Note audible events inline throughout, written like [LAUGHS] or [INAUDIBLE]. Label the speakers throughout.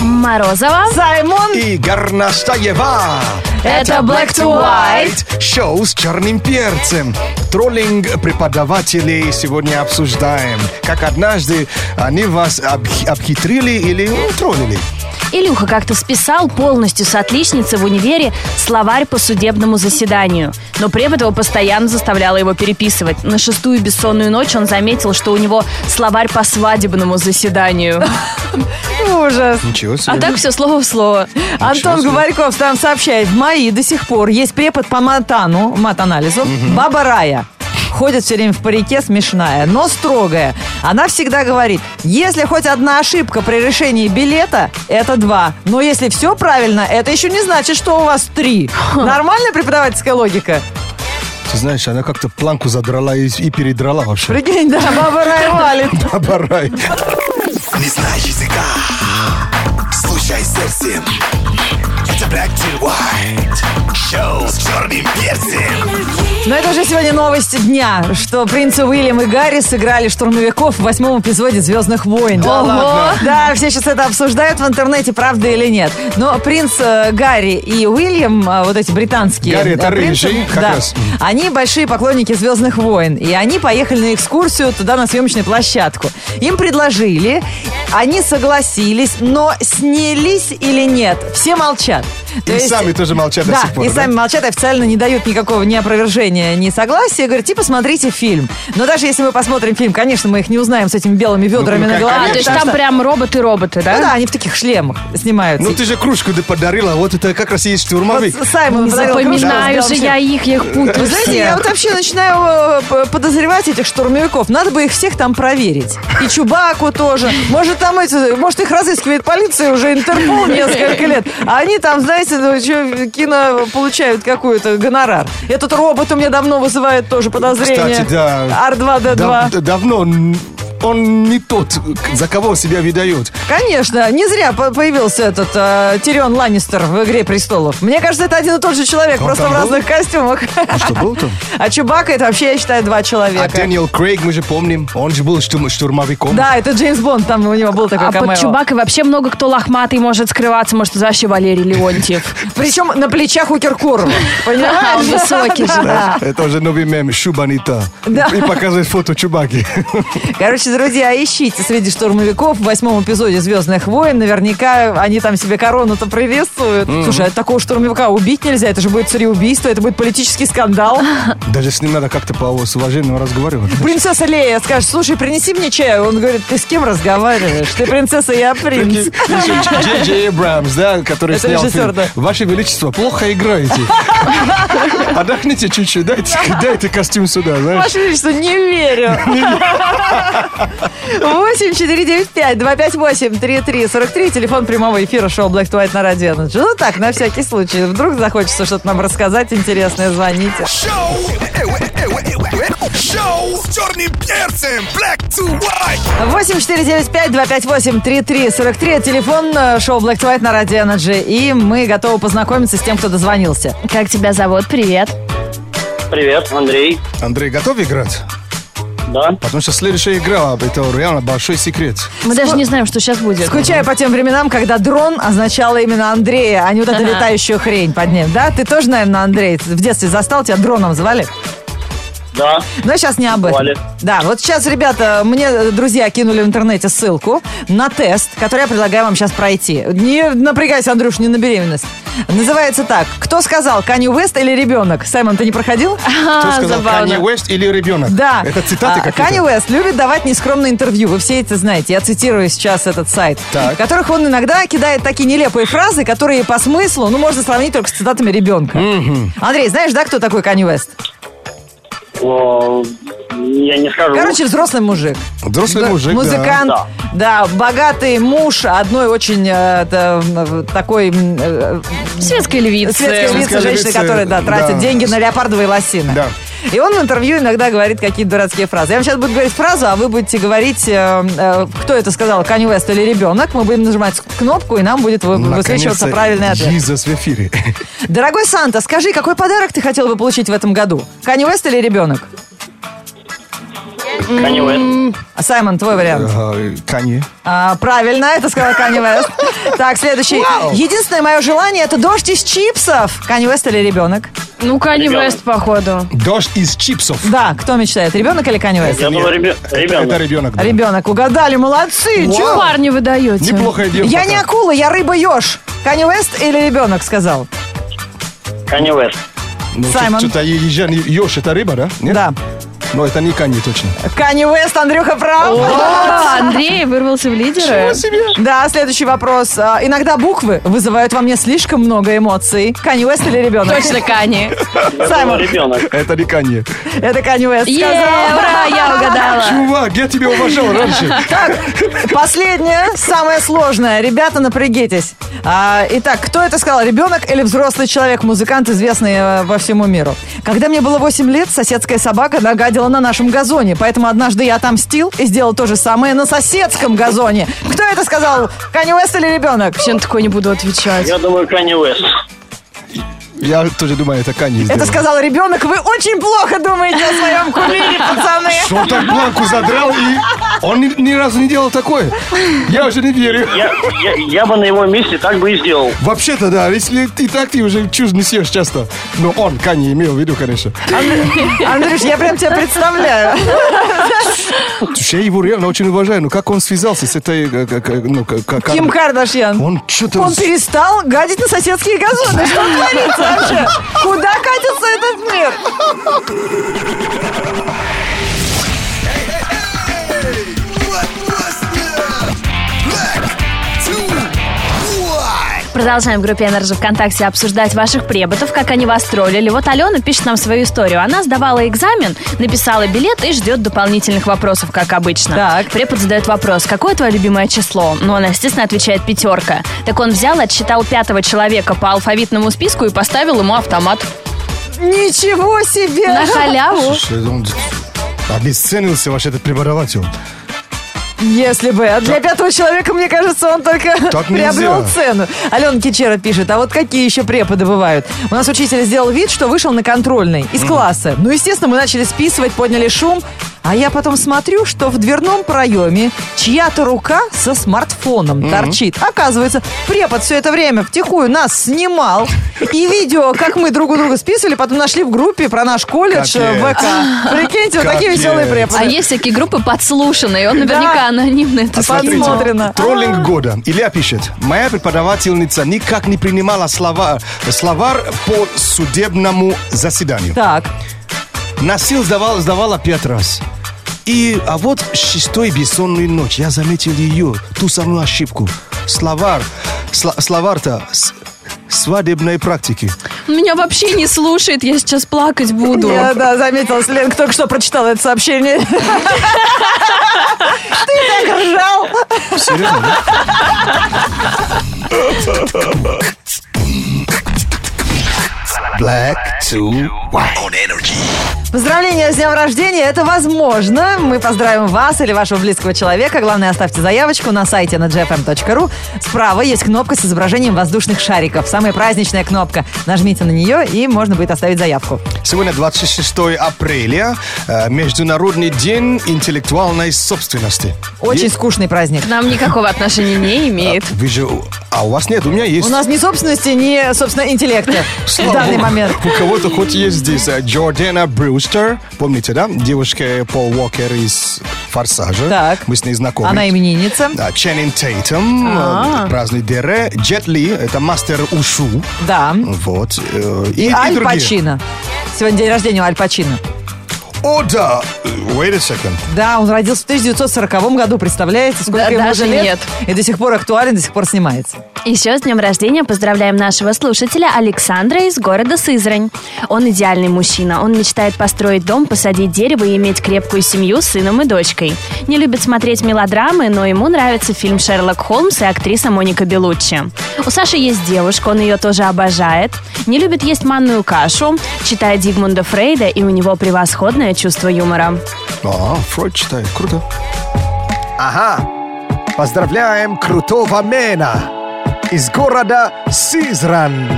Speaker 1: Морозова.
Speaker 2: Саймон.
Speaker 3: И Горнастаева.
Speaker 1: Это Black to White.
Speaker 3: Шоу с черным перцем. Троллинг преподавателей сегодня обсуждаем. Как однажды они вас обх- обхитрили или ну, троллили.
Speaker 1: Илюха как-то списал полностью с отличницы в универе словарь по судебному заседанию. Но препод его постоянно заставляла его переписывать. На шестую бессонную ночь он заметил, что у него словарь по свадебному заседанию.
Speaker 2: Ужас.
Speaker 3: Ничего себе.
Speaker 1: А так все слово в слово.
Speaker 2: Антон
Speaker 3: себе.
Speaker 2: Говорьков нам сообщает, в МАИ до сих пор есть препод по матану, мат-анализу, баба Рая. Ходит все время в парике, смешная, но строгая. Она всегда говорит, если хоть одна ошибка при решении билета, это два. Но если все правильно, это еще не значит, что у вас три. Нормальная преподавательская логика?
Speaker 3: Ты знаешь, она как-то планку задрала и, и передрала вообще.
Speaker 2: Прикинь, да, баба Рая валит.
Speaker 3: Оборай.
Speaker 4: Не знай языка, слушай сердцем. Это Black to White, шоу с черным перцем.
Speaker 2: Но это уже сегодня новость дня, что принцы Уильям и Гарри сыграли штурмовиков в восьмом эпизоде «Звездных войн». Да,
Speaker 1: ладно?
Speaker 2: да, все сейчас это обсуждают в интернете, правда или нет. Но принц э, Гарри и Уильям, э, вот эти британские
Speaker 3: Гарри это
Speaker 2: э, принцы,
Speaker 3: рыжий, как
Speaker 2: да,
Speaker 3: раз.
Speaker 2: они большие поклонники «Звездных войн», и они поехали на экскурсию туда, на съемочную площадку. Им предложили, они согласились, но снялись или нет, все молчат. То
Speaker 3: И
Speaker 2: есть-
Speaker 3: сами тоже молчат до
Speaker 2: да,
Speaker 3: сих пор.
Speaker 2: и
Speaker 3: да?
Speaker 2: сами молчат, официально не дают никакого ни опровержения, ни согласия. Говорят, типа, смотрите фильм. Но даже если мы посмотрим фильм, конечно, мы их не узнаем с этими белыми ведрами
Speaker 3: ну,
Speaker 2: на
Speaker 3: как-
Speaker 2: голове.
Speaker 1: А, то
Speaker 2: потому
Speaker 1: есть там
Speaker 2: что-
Speaker 1: прям роботы-роботы,
Speaker 2: Ну да,
Speaker 1: да?
Speaker 2: они в таких шлемах снимаются.
Speaker 3: Ну ты же кружку ты подарила, вот это как раз и есть штурмовик.
Speaker 2: Вот Саймон
Speaker 1: Не
Speaker 2: подарил
Speaker 1: запоминаю
Speaker 2: кружку с
Speaker 1: же
Speaker 2: белым
Speaker 1: я
Speaker 2: шлемом.
Speaker 1: их, я их путаю
Speaker 2: Вы знаете, я
Speaker 1: всех.
Speaker 2: вот вообще начинаю э, п- подозревать этих штурмовиков. Надо бы их всех там проверить. И Чубаку тоже. Может, там эти, может, их разыскивает полиция уже Интерпол несколько лет. А они там, знаете, ну, чё, кино получают какую-то гонорар. Этот робот у меня давно вызывает тоже подозрения.
Speaker 3: Кстати, да.
Speaker 2: R2-D2.
Speaker 3: Дав- давно он- он не тот, за кого себя выдает.
Speaker 2: Конечно, не зря по- появился этот э, Тирион Ланнистер в «Игре престолов». Мне кажется, это один и тот же человек,
Speaker 3: Он
Speaker 2: просто
Speaker 3: там
Speaker 2: в
Speaker 3: был?
Speaker 2: разных костюмах. [LAUGHS]
Speaker 3: А что был там?
Speaker 2: А Чубака это вообще, я считаю, два человека.
Speaker 3: А Дэниел Крейг, мы же помним, он же был штурм- штурмовиком.
Speaker 2: Да, это Джеймс Бонд, там у него был такой
Speaker 1: А
Speaker 2: камео.
Speaker 1: под Чубакой вообще много кто лохматый может скрываться, может, это вообще Валерий
Speaker 3: [LAUGHS]
Speaker 1: Леонтьев.
Speaker 2: Причем на плечах у [LAUGHS] Киркорова.
Speaker 1: А,
Speaker 2: Понимаешь?
Speaker 1: он высокий же, да.
Speaker 3: Это уже новый мем Шубанита.
Speaker 2: Да.
Speaker 3: И показывает фото
Speaker 2: [LAUGHS]
Speaker 3: Чубаки.
Speaker 2: Короче, друзья, ищите среди штурмовиков в восьмом эпизоде «Звездных войн». Наверняка они там себе корону-то прорисуют. Слушай, а такого штурмовика убить нельзя. Это же будет цареубийство, это будет политический скандал. [LAUGHS]
Speaker 3: Даже с ним надо как-то по с уважением разговаривать.
Speaker 2: Принцесса Лея скажет, слушай, принеси мне чаю. Он говорит, ты с кем разговариваешь? Ты принцесса, я принц.
Speaker 3: Прикинь, еще Дж- Джей Джей Эбрамс, да, который
Speaker 2: Это
Speaker 3: снял
Speaker 2: режиссер,
Speaker 3: фильм.
Speaker 2: да.
Speaker 3: Ваше Величество, плохо
Speaker 2: [LAUGHS]
Speaker 3: играете. Отдохните чуть-чуть, дайте, дайте костюм сюда, знаешь.
Speaker 2: Ваше Величество, не верю. 8 4 9 5 2 5 8 3 3 43. Телефон прямого эфира шоу Black to White на радио. Energy. Ну так, на всякий случай. Вдруг захочется что-то нам рассказать интересное, звоните.
Speaker 4: Шоу, э, э, э, э, э, шоу с черным перцем. Black to White.
Speaker 2: 8 4 9 5 2 5 8 3 3 43. Телефон э, шоу Black to White на радио Energy. И мы готовы познакомиться с тем, кто дозвонился.
Speaker 1: Как тебя зовут? Привет.
Speaker 5: Привет, Андрей.
Speaker 3: Андрей, готов играть?
Speaker 5: Да.
Speaker 3: Потому что следующая игра, это реально большой секрет.
Speaker 1: Мы даже не знаем, что сейчас будет. [LAUGHS]
Speaker 2: Скучаю по тем временам, когда дрон означало именно Андрея, а не вот эту летающую хрень под ним. Да, ты тоже, наверное, Андрей, в детстве застал, тебя дроном звали?
Speaker 5: Да.
Speaker 2: Но сейчас не об этом.
Speaker 5: Валя.
Speaker 2: Да, вот сейчас, ребята, мне э, друзья кинули в интернете ссылку на тест, который я предлагаю вам сейчас пройти. Не напрягайся, Андрюш, не на беременность. Называется так. Кто сказал, Канни Уэст или ребенок? Саймон, ты не
Speaker 3: [LAUGHS]
Speaker 2: проходил?
Speaker 1: А,
Speaker 3: Кто сказал, Канье Уэст или ребенок?
Speaker 2: А, Да.
Speaker 3: Это цитаты
Speaker 2: А,
Speaker 3: какие-то?
Speaker 2: Канье Уэст любит давать нескромные интервью. Вы все это знаете. Я цитирую сейчас этот сайт.
Speaker 3: Так.
Speaker 2: В которых он иногда кидает такие нелепые фразы, которые по смыслу, ну, можно сравнить только с цитатами ребенка. Андрей, знаешь, да, кто такой Канни Уэст?
Speaker 5: О, я не скажу.
Speaker 2: Короче, взрослый мужик.
Speaker 3: Взрослый
Speaker 2: Да,
Speaker 3: мужик, да.
Speaker 2: Музыкант, да.
Speaker 5: Да.
Speaker 2: богатый муж одной очень э, это, м, такой м, э,
Speaker 1: Светская
Speaker 2: светской
Speaker 1: львица.
Speaker 2: львицы, женщины,
Speaker 3: львица,
Speaker 2: которая да,
Speaker 3: да.
Speaker 2: тратит деньги на леопардовые лосины.
Speaker 3: Да.
Speaker 2: И он в интервью иногда говорит какие-то дурацкие фразы. Я вам сейчас буду говорить фразу, а вы будете говорить, э, э, кто это сказал, Канни Уэст или ребенок. Мы будем нажимать кнопку, и нам будет вы- высвечиваться правильный ответ.
Speaker 3: Иисус в эфире.
Speaker 2: [LAUGHS] Дорогой Санта, скажи, какой подарок ты хотел бы получить в этом году? Канни Уэст или ребенок?
Speaker 5: Kanye West.
Speaker 2: А, Саймон, твой вариант.
Speaker 3: Э, Канье.
Speaker 2: А, правильно, это сказал Канни
Speaker 1: [LAUGHS]
Speaker 2: Вест. Так, следующий. Единственное мое желание это дождь из чипсов. Канни Вест или ребенок?
Speaker 1: Ну, Кани
Speaker 5: Ребенок.
Speaker 1: Вест, походу.
Speaker 3: Дождь из чипсов.
Speaker 2: Да, кто мечтает, ребенок или Канни Вест?
Speaker 5: Я думал, ребе-
Speaker 3: Это
Speaker 5: ребенок.
Speaker 3: ребенок. да.
Speaker 2: Ребенок, угадали, молодцы.
Speaker 3: Вау.
Speaker 2: чё?
Speaker 1: Чего парни вы даете?
Speaker 3: Неплохо идет.
Speaker 2: Я
Speaker 3: пока.
Speaker 2: не акула, я рыба еж. Канни Вест или ребенок сказал?
Speaker 5: Kanye West.
Speaker 3: Ну, чё-
Speaker 2: Саймон.
Speaker 3: Что-то е- ежа не- еж, это рыба, да? Нет?
Speaker 2: Да.
Speaker 3: Но это не Канье точно.
Speaker 2: Канни Вест, Андрюха прав.
Speaker 1: О, Андрей вырвался в лидеры.
Speaker 2: [LAUGHS] Да, следующий вопрос. А, Иногда буквы вызывают во мне слишком много эмоций. Канни Уэст или ребенок?
Speaker 1: Точно Кани.
Speaker 5: Я думал,
Speaker 2: Саймон,
Speaker 5: ребенок.
Speaker 3: Это не Канье.
Speaker 2: это Канни Уэст
Speaker 1: Е,
Speaker 2: сказал.
Speaker 1: ура, я угадала.
Speaker 3: Чувак, я тебя уважал раньше.
Speaker 2: Так, последнее, самое сложное. Ребята, напрягитесь. А, итак, кто это сказал? Ребенок или взрослый человек, музыкант, известный э, во всему миру? Когда мне было 8 лет, соседская собака нагадила на нашем газоне, поэтому однажды я отомстил и сделал то же самое на соседском газоне. Кто это сказал? Канни Уэст или ребенок?
Speaker 1: Вообще на такое не буду отвечать.
Speaker 5: Я думаю, Kanye West.
Speaker 3: Я тоже думаю, это Канье
Speaker 2: Это
Speaker 3: сделал.
Speaker 2: сказал ребенок. Вы очень плохо думаете о своем кумире, пацаны.
Speaker 3: Он так планку задрал и... Он ни, ни разу не делал такое. Я уже не верю.
Speaker 5: Я, я, я бы на его месте так бы и сделал.
Speaker 3: Вообще-то, да, если и так ты уже чушь несешь часто. Но он, Канье, имел в виду, конечно. А,
Speaker 2: Андрюш, я прям тебя представляю.
Speaker 3: Слушай, я его реально очень уважаю. Но как он связался с этой... э, к- к- Ну, к- к-
Speaker 2: Ким Кардашьян.
Speaker 3: Он что-то...
Speaker 2: Он перестал гадить на соседские газоны. Что творится вообще? Куда катится этот мир?
Speaker 4: What was that? Black to white.
Speaker 1: Продолжаем в группе Energy ВКонтакте обсуждать ваших преподов, как они вас троллили. Вот Алена пишет нам свою историю. Она сдавала экзамен, написала билет и ждет дополнительных вопросов, как обычно.
Speaker 2: Так.
Speaker 1: Препод задает вопрос, какое твое любимое число? Ну, она, естественно, отвечает пятерка. Так он взял, отсчитал пятого человека по алфавитному списку и поставил ему автомат.
Speaker 2: Ничего
Speaker 1: На
Speaker 2: себе!
Speaker 1: халяву.
Speaker 3: Слушай, он обесценился вообще этот преподаватель.
Speaker 2: Если бы. А для пятого человека, мне кажется, он только [LAUGHS]
Speaker 3: Так
Speaker 2: приобрел
Speaker 3: нельзя.
Speaker 2: цену. Алена Кичера пишет, а вот какие еще преподы бывают? У нас учитель сделал вид, что вышел на контрольный из класса. Ну, естественно, мы начали списывать, подняли шум. А я потом смотрю, что в дверном проеме чья-то рука со смартфоном торчит. Оказывается, препод все это время втихую нас снимал. И видео, как мы друг у друга списывали, потом нашли в группе про наш колледж э,
Speaker 3: Капец.
Speaker 2: ВК. Прикиньте, вот такие
Speaker 3: Капец.
Speaker 2: веселые преподы.
Speaker 1: А есть всякие группы подслушанные, он наверняка
Speaker 2: Да.
Speaker 1: анонимно это
Speaker 3: Смотрите,
Speaker 1: сделал.
Speaker 2: Подсмотрено.
Speaker 3: Троллинг года. Илья пишет. Моя преподавательница никак не принимала слова, словарь по судебному заседанию.
Speaker 2: Так.
Speaker 3: Насил сдавал, сдавала пять раз. И, а вот шестой бессонную ночь я заметил ее, ту самую ошибку. Словар, сла- словар-то с- свадебной практики.
Speaker 1: Он Меня вообще не слушает, я сейчас плакать буду.
Speaker 2: Я, да, заметила, Ленка только что прочитала это сообщение. [LAUGHS] Ты так ржал.
Speaker 3: Серьезно, да?
Speaker 4: Black to white. On energy.
Speaker 2: Поздравления с днем рождения, это возможно. Мы поздравим вас или вашего близкого человека. Главное, оставьте заявочку на сайте на gfm.ru. Справа есть кнопка с изображением воздушных шариков. Самая праздничная кнопка. Нажмите на нее, и можно будет оставить заявку.
Speaker 3: Сегодня 26 апреля, э, Международный день интеллектуальной собственности.
Speaker 2: Очень
Speaker 3: Есть?
Speaker 2: скучный праздник.
Speaker 1: К нам никакого отношения не имеет.
Speaker 3: Вы же... А у вас нет, у меня есть.
Speaker 2: У нас ни собственности, ни, собственно, интеллекта
Speaker 3: [LAUGHS]
Speaker 2: в
Speaker 3: Слава
Speaker 2: данный
Speaker 3: богу.
Speaker 2: момент.
Speaker 3: У кого-то хоть есть здесь э, Джордана Брюстер, помните, да? Девушка Пол Уокер из «Форсажа».
Speaker 2: Так.
Speaker 3: Мы с ней знакомы.
Speaker 2: Она именинница.
Speaker 3: Да, Ченнин Тейтем,
Speaker 1: А.
Speaker 3: э, Бразли Дере, Джет Ли, это мастер Ушу,
Speaker 2: Да.
Speaker 3: вот. э, И, и
Speaker 2: Аль
Speaker 3: другие.
Speaker 2: Пачино. Сегодня день рождения у Аль Пачино.
Speaker 3: О, да! Э, Wait a second.
Speaker 2: Да, он родился в 1940 году, представляете? Сколько
Speaker 1: Да,
Speaker 2: ему
Speaker 1: даже
Speaker 2: уже лет?
Speaker 1: нет.
Speaker 2: И до сих пор актуален, до сих пор снимается.
Speaker 1: Еще с днем рождения поздравляем нашего слушателя Александра из города Сызрань. Он идеальный мужчина. Он мечтает построить дом, посадить дерево и иметь крепкую семью с сыном и дочкой. Не любит смотреть мелодрамы, но ему нравится фильм «Шерлок Холмс» и актриса Моника Белуччи. У Саши есть девушка, он ее тоже обожает. Не любит есть манную кашу, читает Дигмунда Фрейда, и у него превосходное чувство юмора.
Speaker 3: А, Фройд читает, круто. Ага, поздравляем крутого Мена из города Сизран.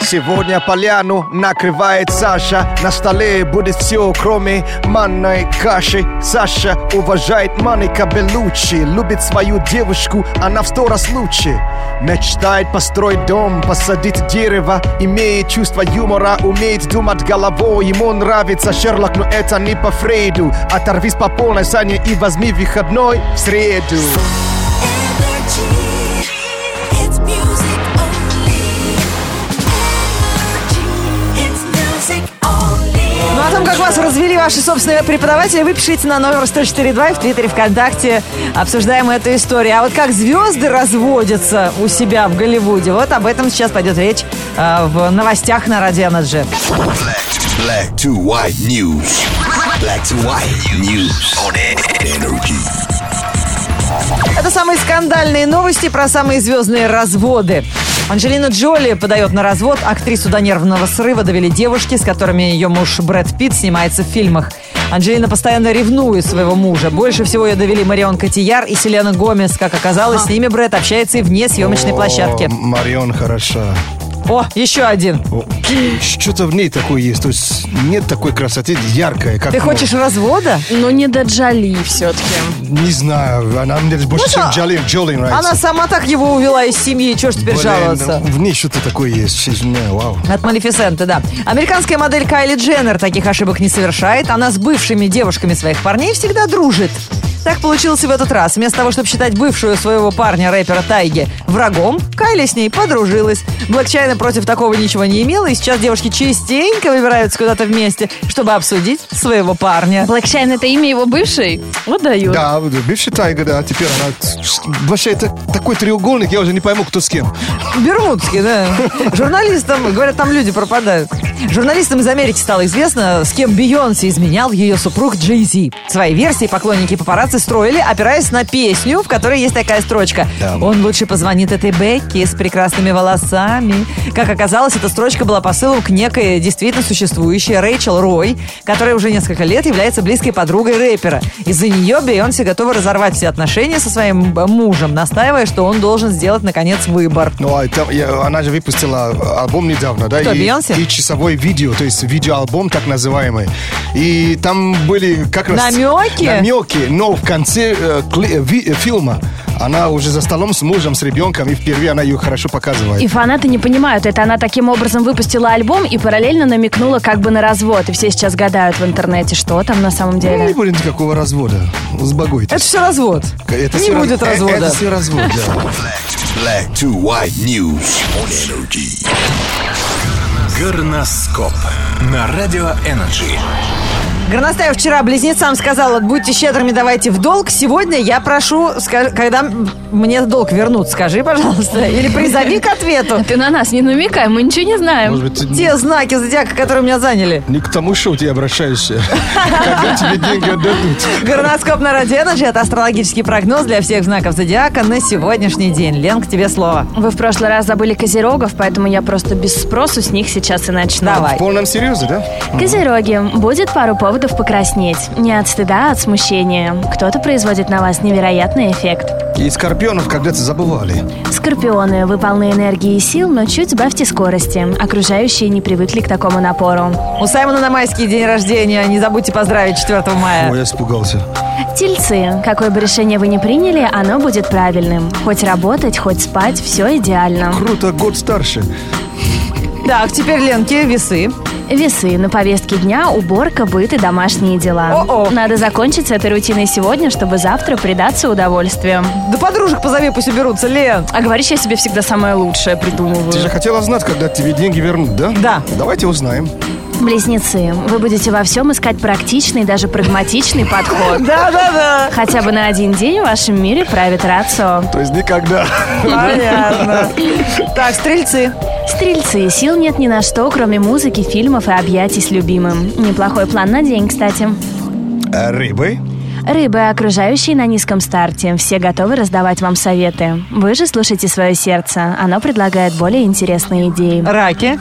Speaker 6: Сегодня поляну накрывает Саша На столе будет все, кроме манной каши Саша уважает Маника Белучи Любит свою девушку, она в сто раз лучше Мечтает построить дом, посадить дерево Имеет чувство юмора, умеет думать головой Ему нравится Шерлок, но это не по Фрейду Оторвись по полной, Саня, и возьми выходной в среду
Speaker 7: Energy. It's music only. Energy. It's music only.
Speaker 2: Ну, о том, как вас развели ваши собственные преподаватели, вы пишите на номер 104.2 и в Твиттере, ВКонтакте. Обсуждаем эту историю. А вот как звезды разводятся у себя в Голливуде, вот об этом сейчас пойдет речь а, в новостях на Радио Energy.
Speaker 4: Black to white news. Black to white news on energy.
Speaker 2: Это самые скандальные новости про самые звездные разводы. Анджелина Джоли подает на развод. Актрису до нервного срыва довели девушки, с которыми ее муж Брэд Питт снимается в фильмах. Анджелина постоянно ревнует своего мужа. Больше всего ее довели Марион Котияр и Селена Гомес. Как оказалось, с ними Брэд общается и вне съемочной площадки.
Speaker 3: А. О, Марион хороша.
Speaker 2: О, еще один.
Speaker 3: Что-то в ней такое есть. То есть нет такой красоты яркой, как...
Speaker 2: Ты
Speaker 3: ну,
Speaker 2: хочешь развода?
Speaker 1: Но Ну, не до Джоли все-таки.
Speaker 3: Не знаю. Она мне больше,
Speaker 2: Ну да.
Speaker 3: чем Джоли, Джоли нравится.
Speaker 2: Она сама так его увела из семьи. Чего ж теперь
Speaker 3: Блин, ну
Speaker 2: жаловаться?
Speaker 3: В ней что-то такое есть. Не, вау.
Speaker 2: От Малефисенты, да. Американская модель Кайли Дженнер таких ошибок не совершает. Она с бывшими девушками своих парней всегда дружит. Так получилось и в этот раз. Вместо того, чтобы считать бывшую своего парня, рэпера Тайги, врагом, Кайли с ней подружилась. Блэк Чайна против такого ничего не имела, и сейчас девушки частенько выбираются куда-то вместе, чтобы обсудить своего парня.
Speaker 1: Блэкшайн это имя его бывшей? Вот даю.
Speaker 3: Да, вот, бывший Тайга, да, теперь она... Вообще, это такой треугольник, я уже не пойму, кто с кем.
Speaker 2: Бермудский, да. Журналистам, говорят, там люди пропадают. Журналистам из Америки стало известно, с кем Бейонсе изменял ее супруг Джей Зи. Свои версии поклонники папарацци строили, опираясь на песню, в которой есть такая строчка. Он лучше позвонит этой Бекке с прекрасными волосами. Как оказалось, эта строчка была посылом к некой действительно существующей Рэйчел Рой, которая уже несколько лет является близкой подругой рэпера. Из-за нее Бейонсе готова разорвать все отношения со своим б- мужем, настаивая, что он должен сделать, наконец, выбор.
Speaker 3: Ну, а это- я- она же выпустила э, альбом недавно, да?
Speaker 2: Кто,
Speaker 3: и,
Speaker 2: Бейонсе?
Speaker 3: и часовой видео, то есть видеоальбом так называемый. И там были как раз...
Speaker 2: Намёки?
Speaker 3: Намеки, но в конце э, кли- э, ви- э, фильма она уже за столом с мужем, с ребенком, и впервые она ее хорошо показывает.
Speaker 1: И фанаты не понимают, это она таким образом выпустила альбом и параллельно намекнула как бы на развод. И все сейчас гадают в интернете, что там на самом
Speaker 3: Ну, Не
Speaker 1: деле.
Speaker 3: будет никакого развода. Сбогойтесь.
Speaker 2: Это все развод. не
Speaker 3: всё раз-
Speaker 2: будет
Speaker 3: э,
Speaker 2: развода.
Speaker 3: Это все развод, да.
Speaker 4: Black to white news on energy.
Speaker 8: Горноскоп на Радио Энерджи.
Speaker 2: Горностаев вчера близнецам сказала, будьте щедрыми, давайте в долг. Сегодня я прошу, ска- когда м- мне долг вернут, скажи, пожалуйста. [LAUGHS] Или призови к ответу
Speaker 1: Ты на нас не намекай, мы ничего не знаем.
Speaker 3: Может быть,
Speaker 2: те знаки зодиака, которые меня заняли.
Speaker 3: не к тому шуте обращаешься, [LAUGHS] когда тебе деньги отдадут.
Speaker 2: Горноскоп на Радио Энерджи – это астрологический прогноз для всех знаков зодиака на сегодняшний день. Лен, к тебе слово.
Speaker 1: Вы в прошлый раз забыли козерогов, поэтому я просто без спросу с них сейчас и начну.
Speaker 2: Давай.
Speaker 3: В полном серьезе, да?
Speaker 1: Козероги, будет пару поводов покраснеть. Не от стыда, а от смущения. Кто-то производит на вас невероятный эффект.
Speaker 3: И скорпионов когда-то забывали.
Speaker 1: Скорпионы, вы полны энергии и сил, но чуть сбавьте скорости. Окружающие не привыкли к такому напору.
Speaker 2: У Саймона на майский день рождения. Не забудьте поздравить 4
Speaker 3: Ой,
Speaker 2: мая.
Speaker 3: я испугался.
Speaker 1: Тельцы, какое бы решение вы ни приняли, оно будет правильным. Хоть работать, хоть спать, все идеально.
Speaker 3: Круто, год старше.
Speaker 2: Так, теперь Ленки, весы.
Speaker 1: Весы, на повестке дня уборка, быт и домашние дела.
Speaker 2: О-о.
Speaker 1: Надо закончить с этой рутиной сегодня, чтобы завтра предаться удовольствию.
Speaker 2: Да подружек позови, пусть уберутся, Лен.
Speaker 1: А говоришь, я себе всегда самое лучшее
Speaker 3: Ты же
Speaker 1: придумываю.
Speaker 3: хотела знать, когда тебе деньги вернут, да?
Speaker 2: Да.
Speaker 3: Давайте узнаем.
Speaker 1: Близнецы, вы будете во всем искать практичный, даже прагматичный подход.
Speaker 2: Да-да-да.
Speaker 1: Хотя бы на один день в вашем мире правит рацио.
Speaker 3: То есть никогда.
Speaker 2: Понятно. Так, стрельцы.
Speaker 1: Стрельцы, сил нет ни на что, кроме музыки, фильмов и объятий с любимым. Неплохой план на день, кстати.
Speaker 3: А рыбы?
Speaker 1: Рыбы, окружающие на низком старте, все готовы раздавать вам советы. Вы же слушайте свое сердце, оно предлагает более интересные идеи.
Speaker 2: Раки.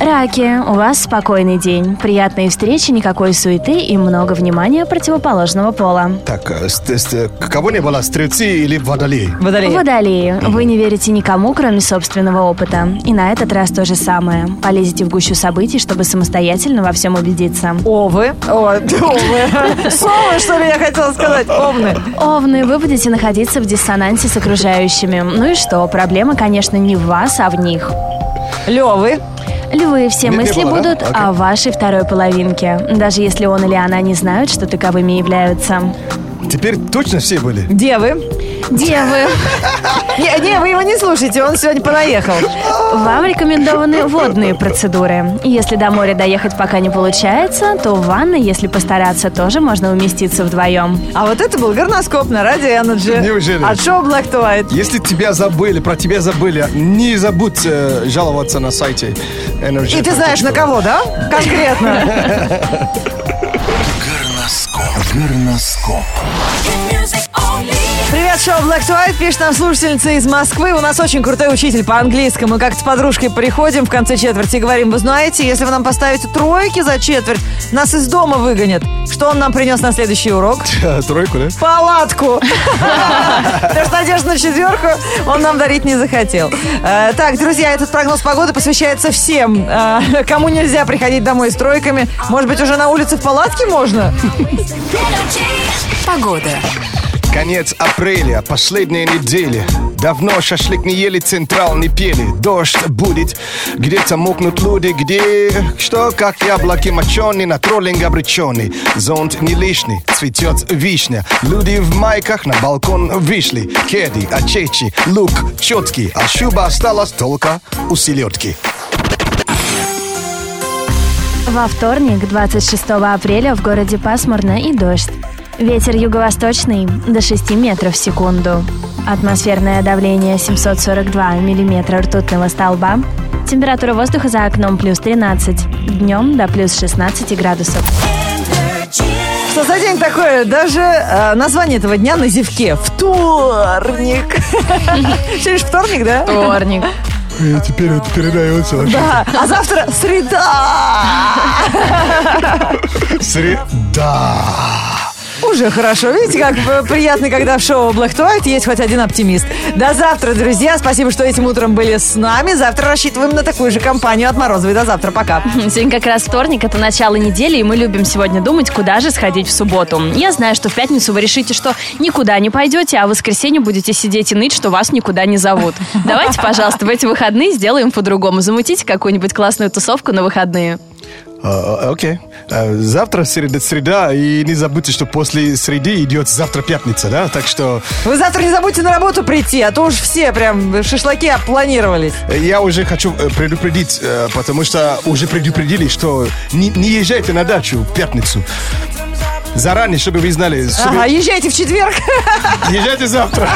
Speaker 1: Раки, у вас спокойный день. Приятные встречи, никакой суеты и много внимания противоположного пола.
Speaker 3: Так, э, ст- ст- кого не было, стрельцы или водолей?
Speaker 2: Водолей.
Speaker 1: Водолеи, вы не верите никому, кроме собственного опыта. И на этот раз то же самое. Полезете в гущу событий, чтобы самостоятельно во всем убедиться.
Speaker 2: Овы. О, овы. Совы, что ли, я хотела сказать. Овны.
Speaker 1: Овны, вы будете находиться в диссонансе с окружающими. Ну и что, проблема, конечно, не в вас, а в них.
Speaker 2: Левы.
Speaker 1: Львы, все
Speaker 3: Не- не
Speaker 1: мысли
Speaker 3: было, да?
Speaker 1: будут
Speaker 3: Окей.
Speaker 1: о вашей второй половинке. Даже если он или она не знают, что таковыми являются.
Speaker 3: Теперь точно все были?
Speaker 2: Девы.
Speaker 1: Девы,
Speaker 2: Не, не, вы его не слушайте, он сегодня понаехал.
Speaker 1: вам рекомендованы водные процедуры. Если до моря доехать пока не получается, то в ванной, если постараться, тоже можно уместиться вдвоем.
Speaker 2: А вот это был горноскоп на радио Energy.
Speaker 3: Неужели?
Speaker 2: От шоу Black to White.
Speaker 3: Если тебя забыли, про тебя забыли, не забудь э, жаловаться на сайте Energy.
Speaker 2: И ты знаешь, на кого, да? Конкретно.
Speaker 8: Горноскоп. Горноскоп.
Speaker 7: Hit music only.
Speaker 2: Привет, шоу Black to White. Пишет нам слушательница из Москвы. У нас очень крутой учитель по английскому. Мы как-то с подружкой приходим в конце четверти и говорим, вы знаете, если вы нам поставите тройки за четверть, нас из дома выгонят. Что он нам принес на следующий урок?
Speaker 3: [LAUGHS] Тройку, да?
Speaker 2: палатку. Потому что надежду на четверку он нам дарить не захотел. Э, Так, друзья, этот прогноз погоды посвящается всем. э, Кому нельзя приходить домой с тройками. Может быть, уже на улице в палатке можно?
Speaker 3: Конец апреля, последние недели. Давно шашлык не ели, централ не пели. Дождь будет, где-то мокнут люди, где... Что, как яблоки моченые, на троллинг обреченый. Зонт не лишний, цветет вишня. Люди в майках на балкон вышли. Кеди, очечи, лук четкий, а шуба осталась только у селедки.
Speaker 1: Во вторник, 26 апреля, в городе пасмурно и дождь. Ветер юго-восточный до 6 метров в секунду. Атмосферное давление 742 миллиметра ртутного столба. Температура воздуха за окном плюс 13. Днем до плюс 16 градусов.
Speaker 2: Что за день такое? Даже э, название этого дня на зевке. Вторник. Все лишь вторник, да?
Speaker 1: Вторник.
Speaker 3: теперь это передается.
Speaker 2: Да. А завтра среда.
Speaker 3: Среда.
Speaker 2: Уже хорошо. Видите, как э, приятно, когда в шоу Black to White есть хоть один оптимист. До завтра, друзья. Спасибо, что этим утром были с нами. Завтра рассчитываем на такую же компанию от Морозовой. До завтра. Пока.
Speaker 1: [LAUGHS] Сегодня как раз вторник, это начало недели, и мы любим сегодня думать, куда же сходить в субботу. Я знаю, что в пятницу вы решите, что никуда не пойдете, а в воскресенье будете сидеть и ныть, что вас никуда не зовут. Давайте, пожалуйста, в эти выходные сделаем по-другому. Замутите какую-нибудь классную тусовку на выходные.
Speaker 3: А, а, Окей. А, Завтра среда, среда, и не забудьте, что после среды идет завтра пятница, да? Так что
Speaker 2: Вы завтра не забудьте на работу прийти, а то уж все прям шашлыки опланировались.
Speaker 3: э, я уже хочу э, предупредить, э, потому что уже предупредили, что не, не езжайте на дачу в пятницу. Заранее, чтобы вы знали. чтобы-
Speaker 2: Ага, езжайте в четверг.
Speaker 3: Езжайте завтра.